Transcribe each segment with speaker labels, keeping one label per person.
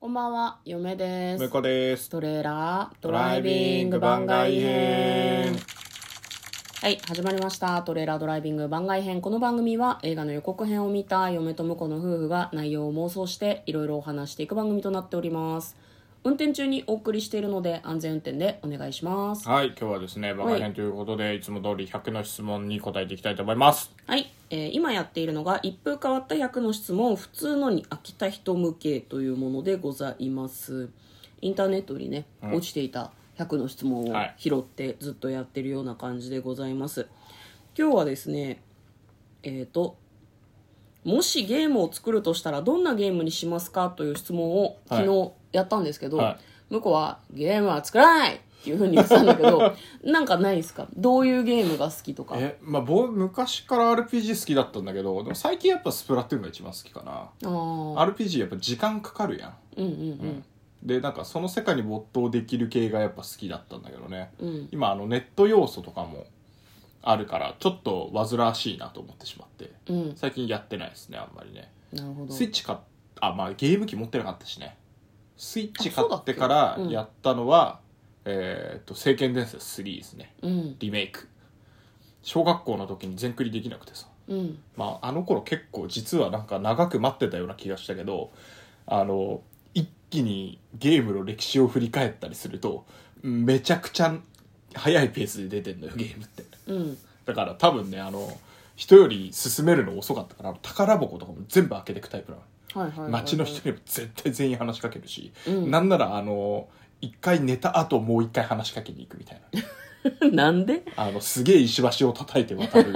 Speaker 1: こんばんは、嫁で
Speaker 2: む
Speaker 1: す。
Speaker 2: こです。
Speaker 1: トレーラードライビング番外編。はい、始まりました。トレーラードライビング番外編。この番組は映画の予告編を見た嫁と婿の夫婦が内容を妄想していろいろお話していく番組となっております。運転中にお送りしているので安全運転でお願いします。
Speaker 2: はい、今日はですね、番外編ということで、いつも通り100の質問に答えていきたいと思います。
Speaker 1: はい、えー今やっているのが一風変わった100の質問普通のに飽きた人向けというものでございますインターネットにね、落ちていた100の質問を
Speaker 2: はい
Speaker 1: 拾ってずっとやってるような感じでございます、今日はですねえっ、ともしゲームを作るとしたらどんなゲームにしますかという質問を昨日やったんですけど、
Speaker 2: は
Speaker 1: 向こうはゲームは作らないっていうふうに言ってたんだけ どなんかないですかどういうゲームが好きとか
Speaker 2: え、まあ、ぼ昔から RPG 好きだったんだけど、でも最近やっぱスプラトゥーンが一番好きかな。
Speaker 1: あー
Speaker 2: RPG やっぱ時間かかるやん。
Speaker 1: うんうん
Speaker 2: で、なんかその世界に没頭できる系がやっぱ好きだったんだけどね。
Speaker 1: うんうん
Speaker 2: 今、あの、ネット要素とかもあるから、ちょっと煩わしいなと思ってしまって、
Speaker 1: うん
Speaker 2: 最近やってないですね、あんまりね。
Speaker 1: なるほど
Speaker 2: スイッチ買っあまあゲーム機持ってなかったしねスイッチ買
Speaker 1: あそうだ
Speaker 2: っ
Speaker 1: っけ
Speaker 2: てからやったのは「えーっと聖剣伝説3」ですね
Speaker 1: うん
Speaker 2: リメイク小学校の時に全クリできなくてさ、
Speaker 1: うん
Speaker 2: まあ、あの頃結構実はなんか長く待ってたような気がしたけどあの一気にゲームの歴史を振り返ったりするとめちゃくちゃ早いペースで出てんのよゲームって
Speaker 1: うん
Speaker 2: だから多分ねあの人より進めるの遅かったから宝箱とかも全部開けていくタイプなの
Speaker 1: はいはいはいはい
Speaker 2: 街の人にも絶対全員話しかけるし、
Speaker 1: うん
Speaker 2: なんならあの一回寝た後もう一回話しかけに行くみたいな
Speaker 1: なんで
Speaker 2: あのすげえ石橋を叩いて渡る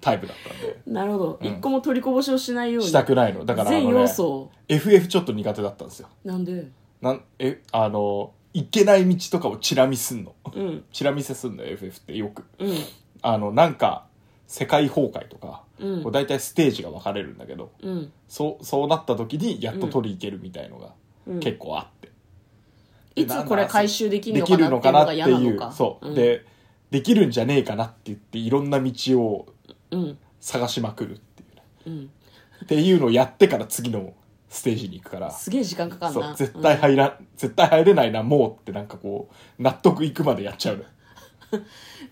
Speaker 2: タイプだった んで
Speaker 1: なるほど
Speaker 2: うん
Speaker 1: 一個も取りこぼしをしないように
Speaker 2: したくないのだからあ
Speaker 1: 全
Speaker 2: の、
Speaker 1: 要
Speaker 2: ね、
Speaker 1: 素を
Speaker 2: FF ちょっと苦手だったんですよ
Speaker 1: なんで
Speaker 2: なんえあの行けない道とかをチラ見すんの
Speaker 1: うん
Speaker 2: チラ見せすんの FF ってよく
Speaker 1: うん
Speaker 2: あのなんか世界崩壊とか、
Speaker 1: うん
Speaker 2: こう大体ステージが分かれるんだけど
Speaker 1: うん
Speaker 2: そうそうなった時にやっと取り行けるみたいのが
Speaker 1: うん
Speaker 2: 結構あって、
Speaker 1: いつこれ回収できる
Speaker 2: で
Speaker 1: の
Speaker 2: き
Speaker 1: か
Speaker 2: る
Speaker 1: な
Speaker 2: の
Speaker 1: っていう
Speaker 2: か
Speaker 1: の
Speaker 2: なっ
Speaker 1: が
Speaker 2: て
Speaker 1: 嫌なのか
Speaker 2: いうそう、
Speaker 1: ん、
Speaker 2: でできるんじゃねえかなって言っていろんな道を
Speaker 1: うん
Speaker 2: 探しまくるっていうね
Speaker 1: うん
Speaker 2: っていうのをやってから次のステージに行くから
Speaker 1: すげえ時間かかん
Speaker 2: そう
Speaker 1: な
Speaker 2: 絶対入ら、ん、絶対入れないなもうってなんかこう納得いくまでやっちゃうの
Speaker 1: うん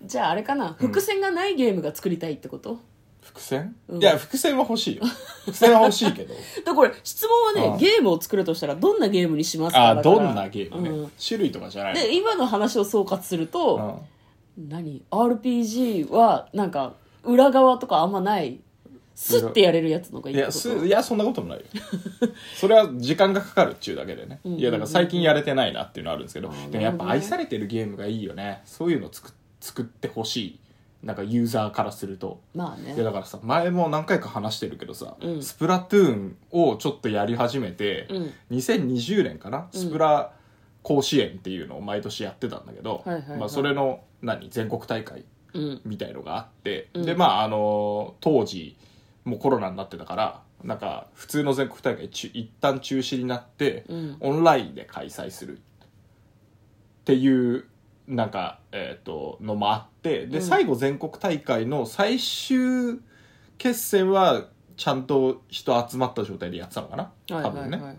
Speaker 1: じゃああれかな伏線がないゲームが作りたいってこと
Speaker 2: 伏線、
Speaker 1: うん
Speaker 2: いや伏線は欲しいよ伏線は欲し いけど
Speaker 1: だからこれ質問はね
Speaker 2: うん
Speaker 1: ゲームを作るとしたらどんなゲームにしますか
Speaker 2: ああ
Speaker 1: だから
Speaker 2: どんなゲームね、
Speaker 1: うん
Speaker 2: 種類とかじゃない
Speaker 1: で今の話を総括すると、
Speaker 2: うん
Speaker 1: 何 RPG はなんか裏側とかあんまないスッてやれるやつのがいい
Speaker 2: い
Speaker 1: ってこ
Speaker 2: や
Speaker 1: と
Speaker 2: すいやそんなこともない よそれは時間がかかるっちゅうだけでね、
Speaker 1: うんうんうん
Speaker 2: いやだから最近やれてないなっていうのはあるんですけど
Speaker 1: あー
Speaker 2: でもやっ
Speaker 1: なるほど
Speaker 2: ぱ
Speaker 1: ね
Speaker 2: 愛されてるゲームがいいよねそういうの作っ作ってほしいなんかユーザーからすると
Speaker 1: まあ
Speaker 2: いや
Speaker 1: ね
Speaker 2: だからさ前も何回か話してるけどさ、
Speaker 1: うん
Speaker 2: スプラトゥーンをちょっとやり始めて、
Speaker 1: うん
Speaker 2: 2020年かな
Speaker 1: うん
Speaker 2: スプラ甲子園っていうのを毎年やってたんだけど、
Speaker 1: はいはいはい
Speaker 2: まあ、それの何全国大会
Speaker 1: うん
Speaker 2: みたいのがあって、
Speaker 1: うん
Speaker 2: でまああの当時もうコロナになってたからなんか普通の全国大会ちゅ一旦中止になって、
Speaker 1: うん
Speaker 2: オンラインで開催するっていうなんか、えー、とのもあってで、
Speaker 1: うん
Speaker 2: 最後全国大会の最終決戦はちゃんと人集まった状態でやってたのかな
Speaker 1: はい
Speaker 2: 多
Speaker 1: はいは
Speaker 2: 分
Speaker 1: い
Speaker 2: ね、
Speaker 1: はい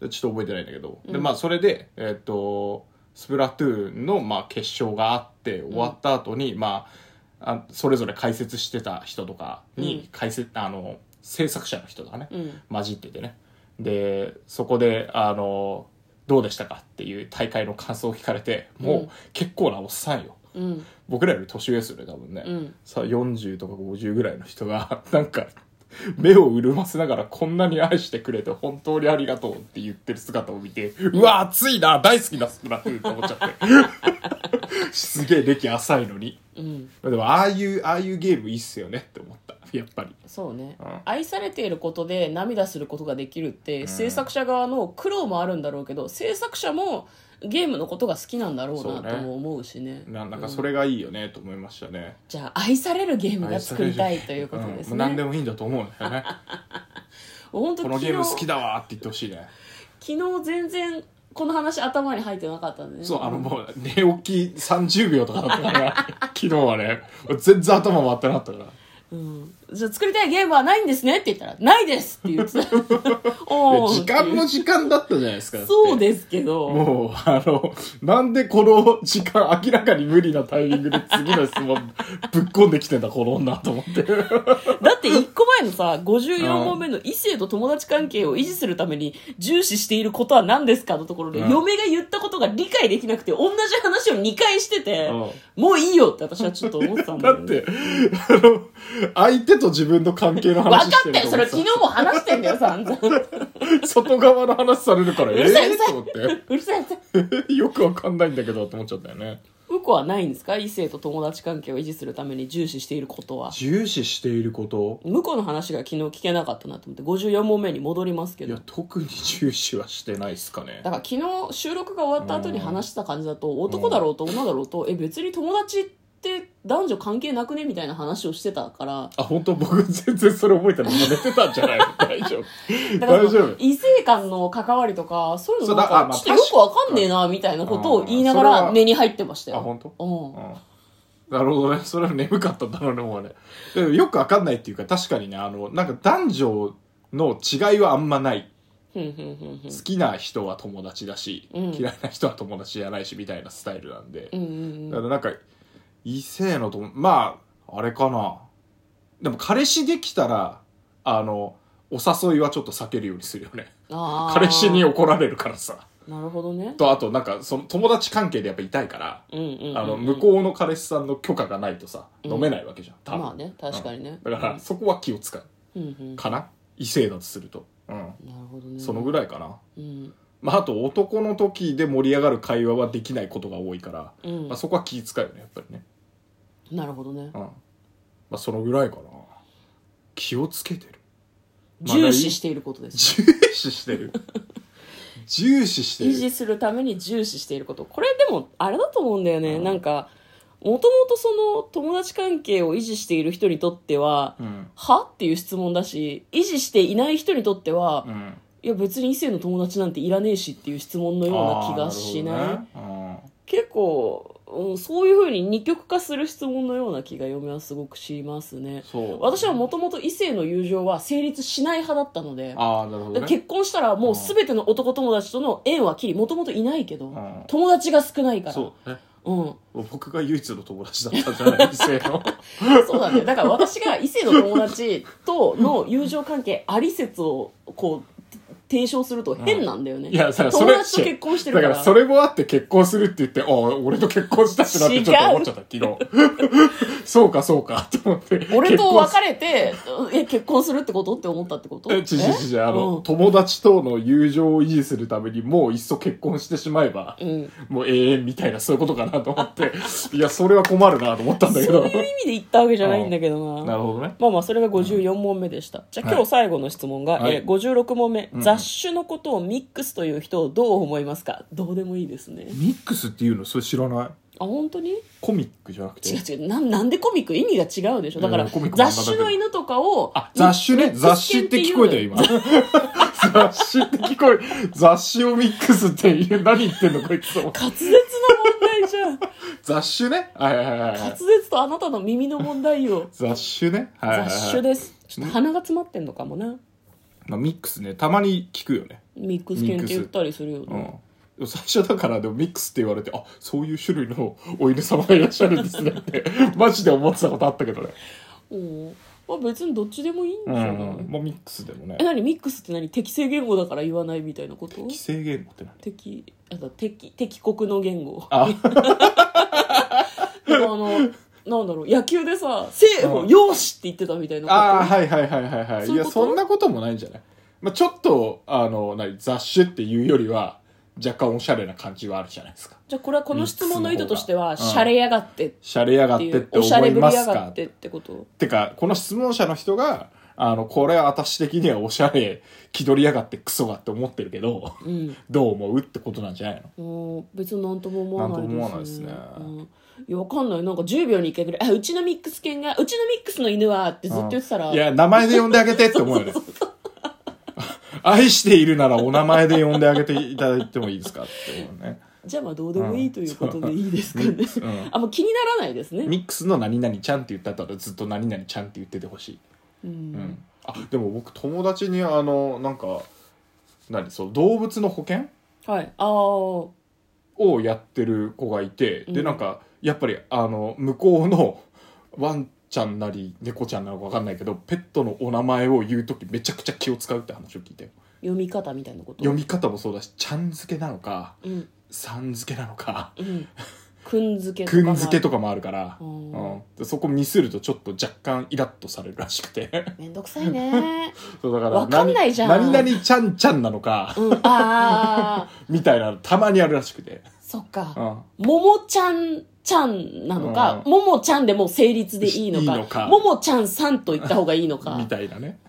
Speaker 2: でちょっと覚えてないんだけど、
Speaker 1: う
Speaker 2: で
Speaker 1: ん
Speaker 2: まあそれで、えっとスプラトゥーンのまあ決勝があって終わった後に、まああそれぞれ解説してた人とか
Speaker 1: うん
Speaker 2: に解説、あの制作者の人とかね、
Speaker 1: うん
Speaker 2: 混じっててねでそこであのどうでしたかっていう大会の感想を聞かれても
Speaker 1: うん
Speaker 2: う結構なおっさんよ
Speaker 1: うん
Speaker 2: 僕らより年上ですよね多分ね、
Speaker 1: うん
Speaker 2: さ40とか50ぐらいの人が なんか目を潤ませながらこんなに愛してくれて本当にありがとうって言ってる姿を見てうわ熱いな大好きなスプラトゥーンと思っちゃって すげえ歴浅いのに
Speaker 1: うん
Speaker 2: でもああいうああいうゲームいいっすよねって思ったやっぱり
Speaker 1: そうね
Speaker 2: うん
Speaker 1: 愛されていることで涙することができるって制作者側の苦労もあるんだろうけど制作者もゲームのことが好きなんだろう
Speaker 2: そう
Speaker 1: な
Speaker 2: ね
Speaker 1: とも思うしね
Speaker 2: ななんかそれがいいよねと思いましたね、
Speaker 1: じゃあ愛されるゲームが作りたいということです
Speaker 2: うんも
Speaker 1: ね、
Speaker 2: う何でもいいんだと思うんだよ ね
Speaker 1: 本当昨
Speaker 2: この
Speaker 1: 日
Speaker 2: ゲーム好きだわーって言ってほしいね
Speaker 1: 昨日全然この話頭に入ってなかったんでね
Speaker 2: そうあのもう寝起き30秒とかだったから昨日はね全然頭回ってなかったから
Speaker 1: うん、じゃあ作りたいゲームはないんですねって言ったら、ないですって 言ってた。おー
Speaker 2: 時間の時間だったじゃないですか。だって
Speaker 1: そうですけど、
Speaker 2: もう、あの、なんでこの時間、明らかに無理なタイミングで次の質問ぶっ込んできてんだ、この女と思って。
Speaker 1: だって1個前のさ、54本目の異性と友達関係を維持するために重視していることは何ですかのところで、
Speaker 2: うん
Speaker 1: 嫁が言ったことが理解できなくて、同じ話を2回してて、
Speaker 2: う
Speaker 1: もういいよって私はちょっと思ってたんだ
Speaker 2: だ
Speaker 1: け
Speaker 2: っ
Speaker 1: ど。
Speaker 2: て、あの、相手と自分の関係の
Speaker 1: 分か
Speaker 2: 話して
Speaker 1: っ
Speaker 2: る
Speaker 1: たよ、
Speaker 2: と
Speaker 1: それ
Speaker 2: 思って
Speaker 1: 昨日も話してんだよ、散 々。う
Speaker 2: さ外側の話されるから、え
Speaker 1: るさい
Speaker 2: えと思っ
Speaker 1: るさい、うるさい。
Speaker 2: て。よくわかんないんだけど、と思っちゃったよね。
Speaker 1: うこはないんですか異性と友達関係を維持するために重視していることは。
Speaker 2: 重視していること
Speaker 1: 向こうの話が昨日聞けなかったなと思って、54問目に戻りますけ
Speaker 2: い
Speaker 1: ど
Speaker 2: や。、特に重視はしてないっすかね
Speaker 1: だ。から昨日収録が終わった後に話した感じだと、男だろうと女だろうと、え、別に友達って男女関係なくねみたいな話をしてた から、
Speaker 2: あ、本当僕全然それ覚えてない。寝てたん じゃないの大丈夫。
Speaker 1: だから
Speaker 2: 大
Speaker 1: そ
Speaker 2: 丈
Speaker 1: の
Speaker 2: 夫。
Speaker 1: 異性間の関わりとか、そういうのなん
Speaker 2: そうだあ
Speaker 1: か
Speaker 2: まあ
Speaker 1: ちょっとよくわかんねえなみたいなことを言いなが
Speaker 2: うんそれ
Speaker 1: ら
Speaker 2: は
Speaker 1: 目に入ってましたよ。
Speaker 2: あ本当
Speaker 1: うん。
Speaker 2: うんなるほどね。それは眠かったんだろうね、もうね。でもよくわかんないっていうか、確かにね、あの、なんか男女の違いはあんまない。
Speaker 1: ふんふんふんふん
Speaker 2: 好きな人は友達だし、
Speaker 1: うん
Speaker 2: 嫌いな人は友達じゃないし、みたいなスタイルなんで。
Speaker 1: うんうんうん
Speaker 2: だからなんか、異性のとも、まあ、あれかな。でも彼氏できたら、あの、お誘いはちょっと避けるようにするよね。
Speaker 1: あー
Speaker 2: 彼氏に怒られるからさ。
Speaker 1: なるほどね。
Speaker 2: と、あとなんか、その友達関係でやっぱ痛いから、
Speaker 1: うんうんうんうん
Speaker 2: あの、向こうの彼氏さんの許可がないとさ、
Speaker 1: うん
Speaker 2: 飲めないわけじゃん。多分
Speaker 1: まあね、確かにね。
Speaker 2: だから、そこは気を使う。
Speaker 1: うんうん。な
Speaker 2: かな異性だとすると。うん。
Speaker 1: るほどね。
Speaker 2: そのぐらいかな。
Speaker 1: うん。
Speaker 2: まあ、あと男の時で盛り上がる会話はできないことが多いから、
Speaker 1: うん
Speaker 2: まあ、そこは気使うよね、やっぱりね。
Speaker 1: なるほどね
Speaker 2: う。ん。まあ、そのぐらいかな。気をつけてる。 まあ
Speaker 1: 重視していることです。
Speaker 2: 重視して る。重視して
Speaker 1: 維
Speaker 2: る。
Speaker 1: 持するために重視していること。これでも、あれだと思うんだよね。
Speaker 2: うん
Speaker 1: なんか、もともとその友達関係を維持している人にとっては、
Speaker 2: うん。
Speaker 1: はっていう質問だし、維持していない人にとっては、
Speaker 2: うん。
Speaker 1: いや別に異性の友達なんていらねえしっていう質問のような気がしない。
Speaker 2: あーなるほどね
Speaker 1: 結構、うん、そういうふうに二極化する質問のような気が嫁はすごくします
Speaker 2: うん。
Speaker 1: ね。
Speaker 2: そう。
Speaker 1: 私はもともと異性の友情は成立しない派だったので、
Speaker 2: ああ、なるほど、ね。
Speaker 1: 結婚したらもう全ての男友達との縁は切り、もともといないけど
Speaker 2: ん、
Speaker 1: 友達が少ないから。
Speaker 2: そうね。
Speaker 1: うん。
Speaker 2: 僕が唯一の友達だったんじゃない 異性 の。
Speaker 1: そうだね。だから私が異性の友達との友情関係あり説をこう、提唱すると変なんだよね。
Speaker 2: いや、だからそ
Speaker 1: 友
Speaker 2: れ、
Speaker 1: 達と結婚してる
Speaker 2: だ
Speaker 1: か。
Speaker 2: かららそれもあって結婚するって言って、ああ、俺と結婚したってなってちょっと思っちゃった、昨日。 そうか、そうか、と思って。
Speaker 1: 俺と別
Speaker 2: れ
Speaker 1: れて、え、結婚するってことって思ったってこと
Speaker 2: え、ちじちじ、あの、
Speaker 1: うん
Speaker 2: 友達との友情を維持するために、もういっそ結婚してしまえば、
Speaker 1: うん。
Speaker 2: もう永遠みたいな、そういうことかなと 思って、いや、それは困るなと思ったんだけど。
Speaker 1: そういう意味で言ったわけじゃないんだけど
Speaker 2: な
Speaker 1: な。
Speaker 2: るほどね。
Speaker 1: まあまあ、それが54問目でした。じゃあ
Speaker 2: はい
Speaker 1: 今日最後の質問が、
Speaker 2: はい
Speaker 1: えー56問目、
Speaker 2: うん
Speaker 1: 雑種のことをミックスという人をどう思いますかどうでもいいですね。
Speaker 2: ミックスっていうの、それ知らない
Speaker 1: あ、本当に
Speaker 2: コミックじゃなくて。
Speaker 1: 違う違う。なんなんでコミック意味が違うでしょだか
Speaker 2: う
Speaker 1: ら
Speaker 2: んコミッ、クもあんなだ
Speaker 1: 雑
Speaker 2: けど
Speaker 1: 種の犬とかを、
Speaker 2: あ、雑種ね。
Speaker 1: ミック
Speaker 2: 雑
Speaker 1: ス
Speaker 2: 種
Speaker 1: 犬
Speaker 2: って
Speaker 1: いう
Speaker 2: 聞
Speaker 1: の
Speaker 2: こえたよ、今。雑種って聞こえ、雑種をミックスっていう、何言ってんの、こいつと思って。
Speaker 1: 滑舌の問題じゃ ん。
Speaker 2: 雑種ね。はいはいはいは
Speaker 1: 滑
Speaker 2: い。
Speaker 1: 舌とあなたの耳の問題よ。
Speaker 2: 雑種ね。はいはいはい。
Speaker 1: 雑種です。ちょっと鼻が詰まってんのかもな。
Speaker 2: まあ、ミックスね、たまに聞くよね。
Speaker 1: ミックス犬って言ったりするよね。
Speaker 2: うん。でも最初だから、でもミックスって言われて、あ、そういう種類のお犬様がいらっしゃるんですねって、 マジで思ってたことあったけどね。
Speaker 1: うんまあ別にどっちでもいいんでし
Speaker 2: う
Speaker 1: ょ
Speaker 2: ん
Speaker 1: うね、
Speaker 2: うん。まあ、ミックスでもね
Speaker 1: え。何ミックスって何適正言語だから言わないみたいなこと
Speaker 2: 規制言語って何
Speaker 1: 敵あだ敵敵国の言語
Speaker 2: あ、
Speaker 1: なんかあのなんだろう野球でさ「政
Speaker 2: う
Speaker 1: 府
Speaker 2: ん
Speaker 1: よし!」って言ってたみたい
Speaker 2: あ
Speaker 1: な
Speaker 2: あ
Speaker 1: こ
Speaker 2: はいはいはいはいはい
Speaker 1: そういう
Speaker 2: いや
Speaker 1: こと
Speaker 2: そんなこともないんじゃない、まあ、ちょっとあの何雑種っていうよりは若干おしゃれな感じはあるじゃないですか
Speaker 1: とじゃあこれはこの質問の意図としては「
Speaker 2: ミックスの
Speaker 1: し
Speaker 2: 方
Speaker 1: ゃ
Speaker 2: が
Speaker 1: れやがって」っ
Speaker 2: しゃれやがってて
Speaker 1: い
Speaker 2: っ
Speaker 1: う
Speaker 2: て
Speaker 1: おしゃ
Speaker 2: 思
Speaker 1: れ
Speaker 2: い
Speaker 1: ぶり
Speaker 2: ま
Speaker 1: や
Speaker 2: す
Speaker 1: が
Speaker 2: か
Speaker 1: っててってこと
Speaker 2: かこの質問者の人があのこれは私的にはおしゃれ気取りやがってクソがって思ってるけど
Speaker 1: うん
Speaker 2: どう思うってことなんじゃないの
Speaker 1: うん別になんとも思わないですね
Speaker 2: なん
Speaker 1: う
Speaker 2: とも思わないですね
Speaker 1: んいやわかんないなんか10秒に1回ぐらい「あうちのミックス犬がうちのミックスの犬は」ってずっと言ってたら、
Speaker 2: いや名前で呼んであげてって思うよね 愛しているならお名前で呼んであげていただいてもいいですかって思うね
Speaker 1: じゃあまあどうでもいいということでいいですかね、
Speaker 2: うん
Speaker 1: あもう気にならないですね
Speaker 2: ミックスの何々ちゃんって言った後ずっと何々ちゃんって言っててほしい
Speaker 1: うん
Speaker 2: うん、あでも僕友達にあのなんか何そう動物の保険
Speaker 1: はいああ
Speaker 2: をやってる子がいて、
Speaker 1: う
Speaker 2: で
Speaker 1: ん
Speaker 2: なんかやっぱりあの向こうのワンちゃんなり猫ちゃんなのか分かんないけどペットのお名前を言う時めちゃくちゃ気を使うって話を聞いて
Speaker 1: 読み方みたいなこと
Speaker 2: 読み方もそうだしちゃん付けなのか
Speaker 1: うん
Speaker 2: さん付けなのか
Speaker 1: うんくんづけとか
Speaker 2: くん付け
Speaker 1: と
Speaker 2: とかもあるから、
Speaker 1: う
Speaker 2: うんんでそこミスるとちょっと若干イラッとされるらしくて
Speaker 1: めんどくさい ね
Speaker 2: そうだから
Speaker 1: わかんないじゃん
Speaker 2: 何何々ちゃんちゃんなのか
Speaker 1: うんあーあー
Speaker 2: みたいなのたまにあるらしくて、
Speaker 1: そっか
Speaker 2: うん、
Speaker 1: ももちゃんちゃんなのか、
Speaker 2: う
Speaker 1: ももちゃんでもう成立でいいのか
Speaker 2: いいのか
Speaker 1: ももちゃんさんと言った方がいいのか
Speaker 2: みたいなね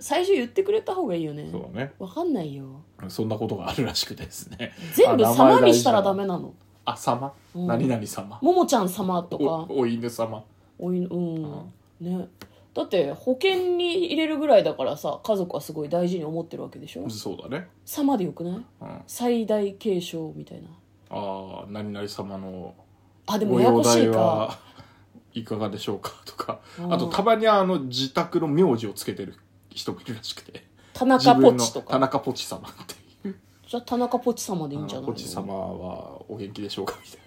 Speaker 1: 最初言ってくれた方がいいよね
Speaker 2: そうだね
Speaker 1: わかんないよ
Speaker 2: そんなことがあるらしくてですね
Speaker 1: 全部
Speaker 2: あ名前
Speaker 1: 様
Speaker 2: 大事だ
Speaker 1: にしたらダメなの
Speaker 2: あ様、
Speaker 1: うん
Speaker 2: 何々様
Speaker 1: ももちゃん様とか
Speaker 2: おお犬様
Speaker 1: おいうん、
Speaker 2: うん
Speaker 1: ねだって保険に入れるぐらいだからさ家族はすごい大事に思ってるわけでしょ
Speaker 2: そうだね、
Speaker 1: 様でよくない
Speaker 2: うん、あ
Speaker 1: 最大継承みたいな
Speaker 2: あ何々様の
Speaker 1: あでも
Speaker 2: ご
Speaker 1: やや
Speaker 2: 用
Speaker 1: こしい
Speaker 2: 代
Speaker 1: か
Speaker 2: はい かがでしょうかとか
Speaker 1: うん
Speaker 2: あとたまにあの自宅の名字をつけてる人もいるらしくて
Speaker 1: 田中ポチと
Speaker 2: 田
Speaker 1: か
Speaker 2: 中ポチ様って
Speaker 1: じゃあ田中ポチ様でいいんじゃないの
Speaker 2: ポチ様はお元気でしょうかみたい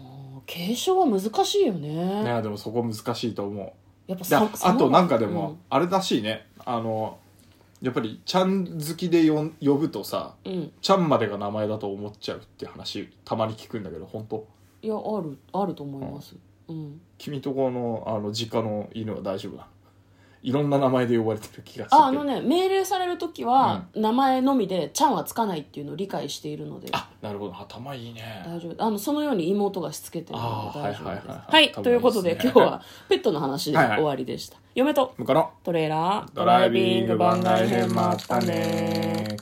Speaker 1: あー継承は難しいよね
Speaker 2: な、ね、でもそこ難しいと思う
Speaker 1: やっぱ
Speaker 2: でああとなんかでも、
Speaker 1: うん
Speaker 2: あれらしいねあのやっぱりちゃん好きでよん呼ぶとさ
Speaker 1: うん
Speaker 2: ちゃんまでが名前だと思っちゃうって話たまに聞くんだけど本当
Speaker 1: いやあるあると思いますうん
Speaker 2: 君とこのあの実家の犬は大丈夫だいろんな名前で呼ばれてる気がする
Speaker 1: ああ
Speaker 2: けど
Speaker 1: のね命令される時は名前のみで「ちゃん」はつかないっていうのを理解しているので
Speaker 2: あなるほど頭いいね
Speaker 1: 大丈夫あのそのように妹がしつけてるので
Speaker 2: あー
Speaker 1: 大丈夫です
Speaker 2: はいはいはい
Speaker 1: はいということで
Speaker 2: 多分い
Speaker 1: 今
Speaker 2: いですね
Speaker 1: 日はペットの話で
Speaker 2: はいはい
Speaker 1: 終わりでした嫁と
Speaker 2: 向かの
Speaker 1: トレーラー
Speaker 2: ドライビング番外編もあったね